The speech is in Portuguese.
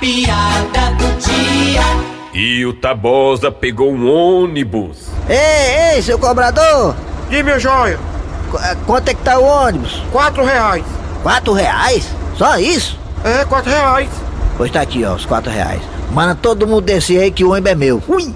piada do dia. E o Tabosa pegou um ônibus. Ei, ei, seu cobrador! Diga, meu joia, qu- eh, Quanto é que tá o ônibus? quatro reais. Quatro reais? Só isso? É, quatro reais. Pois tá aqui, ó, os quatro reais. Manda todo mundo descer aí que o ônibus é meu. Ui!